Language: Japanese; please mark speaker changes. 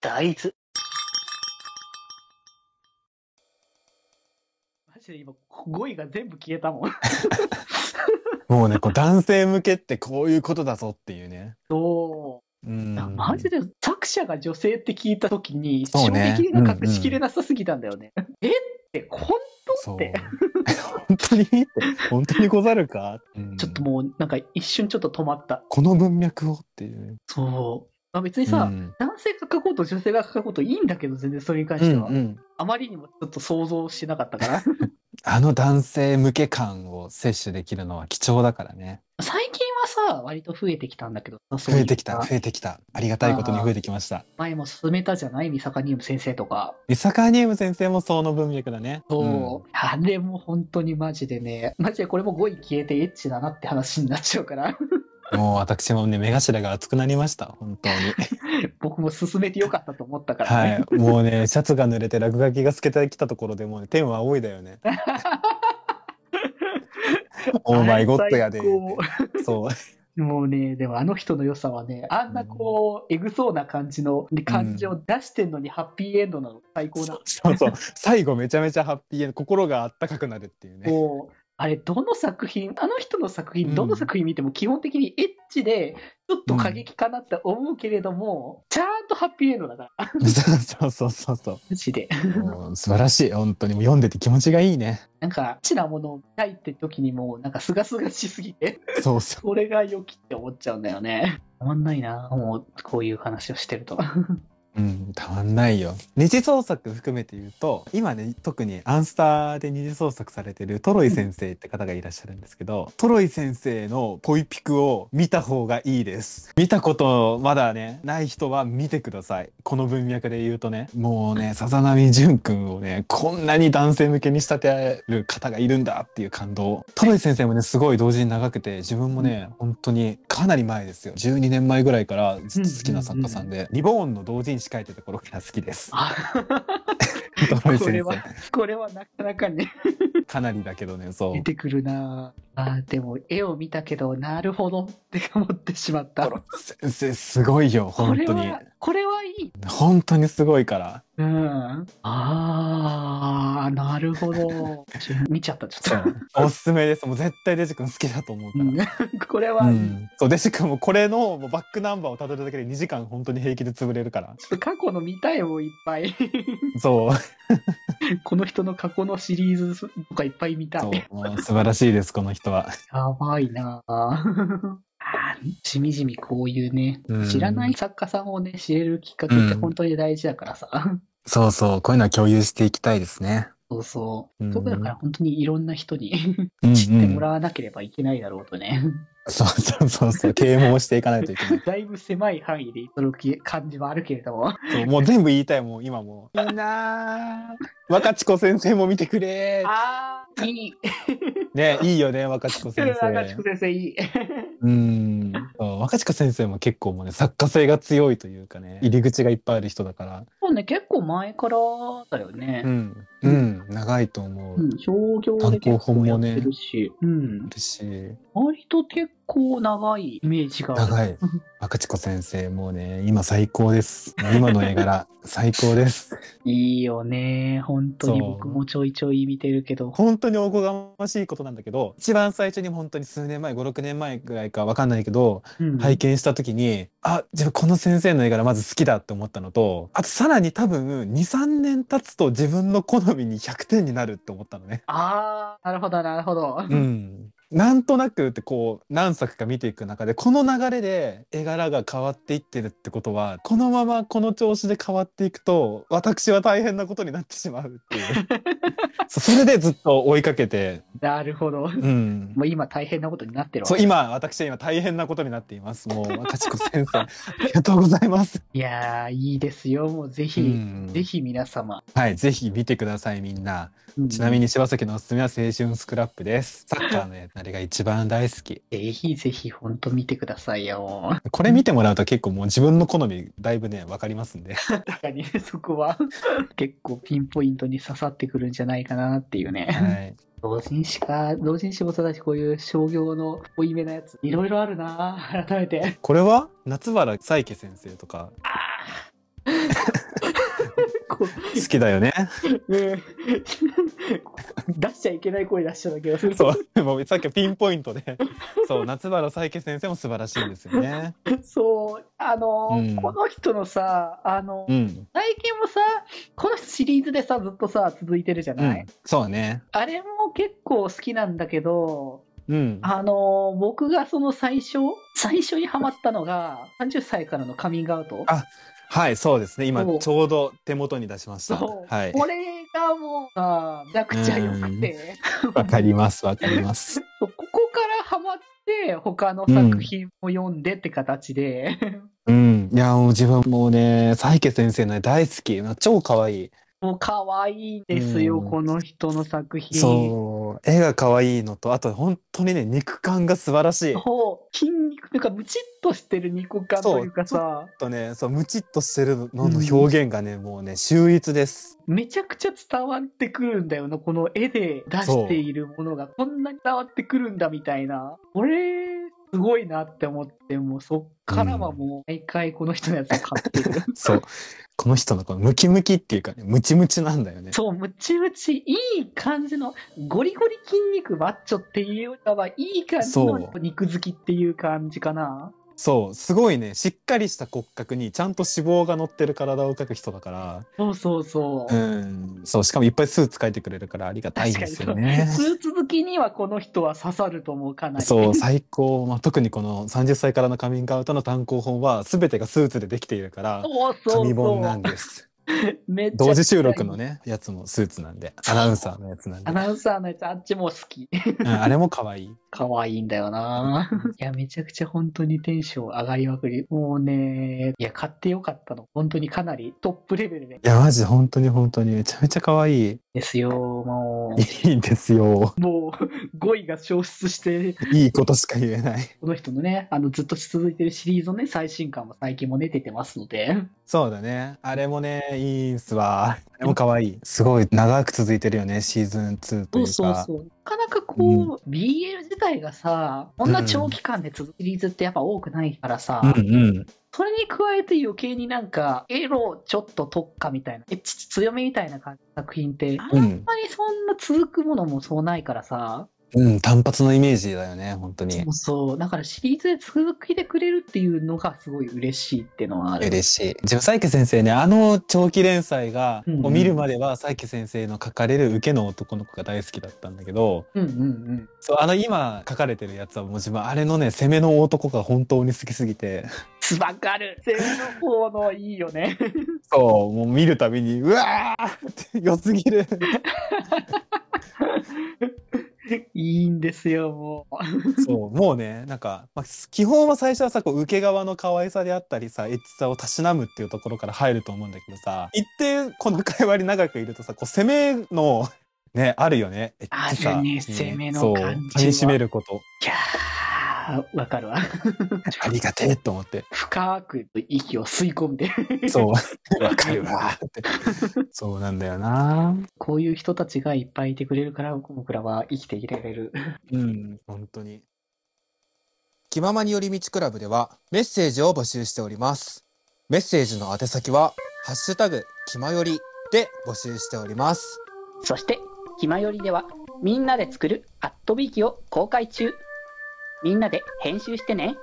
Speaker 1: 大豆。マジで今、語彙が全部消えたもん。
Speaker 2: もうね、こう男性向けってこういうことだぞっていうね。
Speaker 1: そうう。
Speaker 2: ん。
Speaker 1: だからマジ
Speaker 2: で
Speaker 1: で作者が女性って聞いたときに、
Speaker 2: そ
Speaker 1: 衝
Speaker 2: うね
Speaker 1: 撃が隠しきれなさすぎたんだよね。えって、こん、
Speaker 2: そう。
Speaker 1: って
Speaker 2: 本当にって本当にござるか、うん
Speaker 1: ちょっともう、なんか一瞬ちょっと止まった。
Speaker 2: この文脈をっていう。
Speaker 1: そう。まあ、別にさ、
Speaker 2: うん
Speaker 1: 男性が書こうと女性が書こうといいんだけど、全然それに関
Speaker 2: う
Speaker 1: して
Speaker 2: ん
Speaker 1: は。
Speaker 2: うん、
Speaker 1: あまりにもちょっと想像してなかったから。
Speaker 2: あの男性向け感を摂取できるのは貴重だからね。
Speaker 1: 最近はさ、割と増えてきたんだけどさ、そ
Speaker 2: 増
Speaker 1: ういう
Speaker 2: えてきた、増えてきた。ありがたいことに増えてきました。
Speaker 1: 前も進めたじゃないミサカニウム先生とか。
Speaker 2: ミサカーニウム先生もその文脈だね。
Speaker 1: そう。あれも本当にマジでね、マジでこれも語彙消えてエッチだなって話になっちゃうから、
Speaker 2: うんもう私もね、目頭が熱くなりました、本当に。
Speaker 1: 僕も進めてよかったと思ったからね。
Speaker 2: はい。もうね、シャツが濡れて落書きが透けてきたところでもう、ね、天は青いだ よね。オーマイゴッドやで
Speaker 1: あれ。最
Speaker 2: そう。
Speaker 1: もうね、でもあの人の良さはね、あんなこう、えぐそうな感じの感情出してんのにハッピーエンドなの最高な。
Speaker 2: そうそう。最後めちゃめちゃハッピーエンド、心があったかくなるっていうね。
Speaker 1: もう、あれ、どの作品、あの人の作
Speaker 2: うん
Speaker 1: 品、どの作品見ても基本的にエッチで、ちょっと過激かなって思うけれども、ちゃんとハッピーエンドだから、
Speaker 2: そうそうそうそう。
Speaker 1: マジで。
Speaker 2: もう素晴らしい。本当にもう読んでて気持ちがいいね。
Speaker 1: なんか、エッチなものを見たいって時にもう、なんか、すがすがしすぎて、
Speaker 2: そうそう。
Speaker 1: これが良きって思っちゃうんだよね。たまんないな、もう、こういう話をしてると。
Speaker 2: うん、たまんないよ。二次創作含めて言うと、今ね、特にアンスターで二次創作されてるトロイ先生って方がいらっしゃるんですけど、トロイ先生のポイピクを見た方がいいです。見たことまだね、ない人は見てください。この文脈で言うとね、もうね、笹波淳くんをね、こんなに男性向けに仕立てる方がいるんだっていう感動。トロイ先生もね、すごい同時に長くて、自分もね、本当にかなり前ですよ。12年前ぐらいからずっと好きな作家さんで、リボーンの同人誌書いてた頃から好きで す。
Speaker 1: あ
Speaker 2: トロイ
Speaker 1: こ
Speaker 2: 先
Speaker 1: れは
Speaker 2: 生。、
Speaker 1: これはなかなかね、
Speaker 2: かなりだけどね、そう
Speaker 1: 出。てくるなあーでも、絵を見たけど、なるほどって思ってしまった。
Speaker 2: 先生、すごいよ、
Speaker 1: こ
Speaker 2: 本
Speaker 1: れ
Speaker 2: 当に
Speaker 1: は。、これはいい
Speaker 2: 本当にすごいから。
Speaker 1: うん。あー、なるほど。ちょ見ちゃった、ち
Speaker 2: そ
Speaker 1: ょっと
Speaker 2: う。おすすめです。もう絶対デジ君好きだと思うか
Speaker 1: う
Speaker 2: ら。
Speaker 1: ん。これはいい。
Speaker 2: うんそう、デシ君もこれのもうバックナンバーをたどるだけで2時間本当に平気で潰れるから。
Speaker 1: ちょっと過去の見たいもんいっぱい。
Speaker 2: そう、
Speaker 1: この人の過去のシリーズとかいっぱい見た
Speaker 2: そ
Speaker 1: い。
Speaker 2: う、もう素晴らしいです、この人は。
Speaker 1: やばいなあ しみじみこういうね
Speaker 2: うん、
Speaker 1: 知らない作家さんをね、知れるきっかけって
Speaker 2: うん
Speaker 1: 本当に大事だからさ。
Speaker 2: そうそう、こういうのは共有していきたいですね。
Speaker 1: そうそ
Speaker 2: うん
Speaker 1: う。僕だから本当にいろんな人に
Speaker 2: うんうん
Speaker 1: 知ってもらわなければいけないだろうとね。
Speaker 2: そうそうそうそう、啓蒙していかないといけない。
Speaker 1: だいぶ狭い範囲で届く感じもあるけれども。
Speaker 2: そうもう全部言いたい、もう今もう。みんなー、若智子先生も見てくれ ー
Speaker 1: ああ、いい。
Speaker 2: ね、いいよね、若智子先
Speaker 1: 中地
Speaker 2: 生
Speaker 1: 区。先生いい。
Speaker 2: うん。そう若智子先生も結構もうね、作家性が強いというかね、入り口がいっぱいある人だから。
Speaker 1: そうね、結構前からだよね
Speaker 2: う。ん。うん、長いと思う。
Speaker 1: うん、商業で結構やってるし、うん、
Speaker 2: 嬉しい。
Speaker 1: 割と結構長いイメージがある。
Speaker 2: 長い。赤智子先生、もうね、今最高です。今の絵 柄、最高です。
Speaker 1: いいよね、本当に
Speaker 2: そう
Speaker 1: 僕もちょいちょい見てるけど、
Speaker 2: 本当におこがましいことなんだけど、一番最初に本当に数年前、5、6年前ぐらいかわかんないけど、
Speaker 1: うん
Speaker 2: 拝見した時に、あ、自分この先生の絵柄まず好きだって思ったのと、あとさらに多分2、3年経つと自分の好みに100点になるって思ったのね。
Speaker 1: ああ、なるほど、なるほど。
Speaker 2: うん。なんとなくってこう何作か見ていく中でこの流れで絵柄が変わっていってるってことはこのままこの調子で変わっていくと私は大変なことになってしまうっていう そうそれでずっと追いかけて、
Speaker 1: なるほど。
Speaker 2: うん、
Speaker 1: もう今大変なことになってるわ
Speaker 2: そう今私は今大変なことになっていますもう赤子先生ありがとうございます、
Speaker 1: いやー、いいですよ、もうぜ
Speaker 2: う
Speaker 1: ひ、
Speaker 2: ん
Speaker 1: ぜひ皆様。
Speaker 2: はい、ぜひ見てくださいみんなちなみ
Speaker 1: に。
Speaker 2: に柴崎のおすすめは青春スクラッ プですサッカーのあれが一番大好き
Speaker 1: ぜひぜひ、本当見てくださいよ。
Speaker 2: これ見てもらうと結構もう自分の好みだいぶね、わかります んで。
Speaker 1: 確かにね、そこは 結構ピンポイントに刺さってくるんじゃないかなっていうね。
Speaker 2: はい。
Speaker 1: 同人誌か、同人誌もそうだし、こういう商業の濃いめなやつ、いろいろあるな改めて。
Speaker 2: これは夏原才家先生とか。
Speaker 1: こ
Speaker 2: 好きだよ ね。
Speaker 1: ううん出しちゃいけない声出しちゃった気がする。
Speaker 2: そう、もうさっきピンポイントで。そう、夏原佐池先生も素晴らしいんです よね。
Speaker 1: そう、あのー
Speaker 2: うん
Speaker 1: この人のさ、あのー
Speaker 2: うん。
Speaker 1: 最近もさ、このシリーズでさ、ずっとさ、続いてるじゃ
Speaker 2: う
Speaker 1: ない、
Speaker 2: ん。そうね。
Speaker 1: あれも結構好きなんだけど、
Speaker 2: うん。
Speaker 1: あのー僕がその最初、最初にハマったのが、30歳からのカミングアウト。
Speaker 2: あはい、そうですね。今
Speaker 1: そう
Speaker 2: ちょうど手元に出しました。
Speaker 1: そう、
Speaker 2: はい。
Speaker 1: これがもうさ、めちゃくちゃ良くて、
Speaker 2: わかります、わかります。
Speaker 1: そうここからハマって、他の作品も読んでって形で、
Speaker 2: うん。いや、もう自分もね、佐池先生のね大好き。超可愛い。
Speaker 1: もう可愛いですよ、
Speaker 2: うん
Speaker 1: この人の作品。
Speaker 2: そう。絵が可愛いのと、あと本当にね、肉感が素晴らしい。ちょ
Speaker 1: そう筋肉というかムチッとしてる肉感というかさ
Speaker 2: っとね、そう、ムチッとしてるのの表現がね、もうね、秀逸です。
Speaker 1: めちゃくちゃ伝わってくるんだよなこの絵で出しているものがこんなに伝わってくるんだみたいなこれすごいなって思ってもうそっからはもう毎回この人のやつを買って る、
Speaker 2: そう。この人のこのムキムキっていうかね、ムチムチなんだよね。
Speaker 1: そうムチムチいい感じのゴリゴリ筋肉マッチョっていうよりかはいい感じの
Speaker 2: そう
Speaker 1: 肉好きっていう感じかな
Speaker 2: そう。すごいね、しっかりした骨格にちゃんと脂肪が乗ってる体を描く人だから、
Speaker 1: そうそうそう、
Speaker 2: うん、そう、しかもいっぱいスーツ書いてくれるからありがたい
Speaker 1: 確かに
Speaker 2: んです
Speaker 1: そ
Speaker 2: よ
Speaker 1: う、
Speaker 2: ね。
Speaker 1: スーツ好きにはこの人は刺さると思うかなり
Speaker 2: そう、最高。 まあ、特にこの30歳からのカミングアウトの単行本は全てがスーツでできているから、
Speaker 1: そうそうそう。
Speaker 2: 紙本なんです。
Speaker 1: めっちゃ
Speaker 2: 同時収録のね、やつもスーツなんで、アナウンサーのやつなんで
Speaker 1: ア。ナウンサーのやつ、あっちも好き。
Speaker 2: うんあれも可愛い。
Speaker 1: 可愛いんだよないや、めちゃくちゃ本当にテンション上がりまくり。もうね、いや、買ってよかったの。本当にかなりトップレベルで
Speaker 2: いや、マジ本当に本当にめちゃめちゃ可愛い。
Speaker 1: ですよ。も
Speaker 2: いいんです よ。
Speaker 1: う、もう、5位が消失して、
Speaker 2: いいことしか言えない。
Speaker 1: この人のね、あの、ずっと続いてるシリーズのね、最新刊も最近もね、出てますので。
Speaker 2: そうだね。あれもね、いいんすわ。あれも可愛い。すごい長く続いてるよね、シーズン2と
Speaker 1: そ
Speaker 2: いう
Speaker 1: う
Speaker 2: か。
Speaker 1: そうそう。なかなかこう、BL 自体がさ、こんな長期間で続くシリーズってやっぱ多くないからさ、
Speaker 2: うんうん。
Speaker 1: それに加えて余計になんか、エロちょっと特化みたいな、エッチ強めみたいな感じの作品って、あん
Speaker 2: うん。
Speaker 1: まりそんな続くものもそうないからさ、
Speaker 2: うん、単発のイメージだよね、本当に
Speaker 1: そう。そう、だからシリーズで続けてくれるっていうのがすごい嬉しいっていうのはある。
Speaker 2: 嬉しい。自分、佐伯先生ね、あの長期連載が、
Speaker 1: うんうん
Speaker 2: を見るまでは、佐伯先生の書かれる受けの男の子が大好きだったんだけど、
Speaker 1: うんうんうん。
Speaker 2: そう、あの今書かれてるやつはもう自分、あれのね、攻めの男が本当に好きす ぎて、
Speaker 1: つばかる全部の方のいいよね。
Speaker 2: そう、もう見るたびに、うわーって良すぎる。
Speaker 1: いいんですよ、もう。
Speaker 2: そう、もうね、なんか、まあ、基本は最初はさ、こう、受け側の可愛さであったりさ、エッチさをたしなむっていうところから入ると思うんだけどさ、一定、この会話に長くいるとさ、こう、攻めの、ね、あるよね。エッチ
Speaker 1: あ
Speaker 2: さ
Speaker 1: るね
Speaker 2: に
Speaker 1: 攻めの
Speaker 2: そう、
Speaker 1: 感じは
Speaker 2: 噛みしめること。
Speaker 1: いやー、わかるわ。
Speaker 2: ありがてえと思って。
Speaker 1: 深く息を吸い込んで。
Speaker 2: そう、わかるわって。そうなんだよな。
Speaker 1: こういう人たちがいっぱいいてくれるから、僕らは生きていられる。
Speaker 2: うん、本当に。気ままに寄り道クラブではメッセージを募集しております。メッセージの宛先は、ハッシュタグ、気まよりで募集しております。
Speaker 1: そして、ひまよりでは、みんなで作るアットビーキを公開中。みんなで編集してね。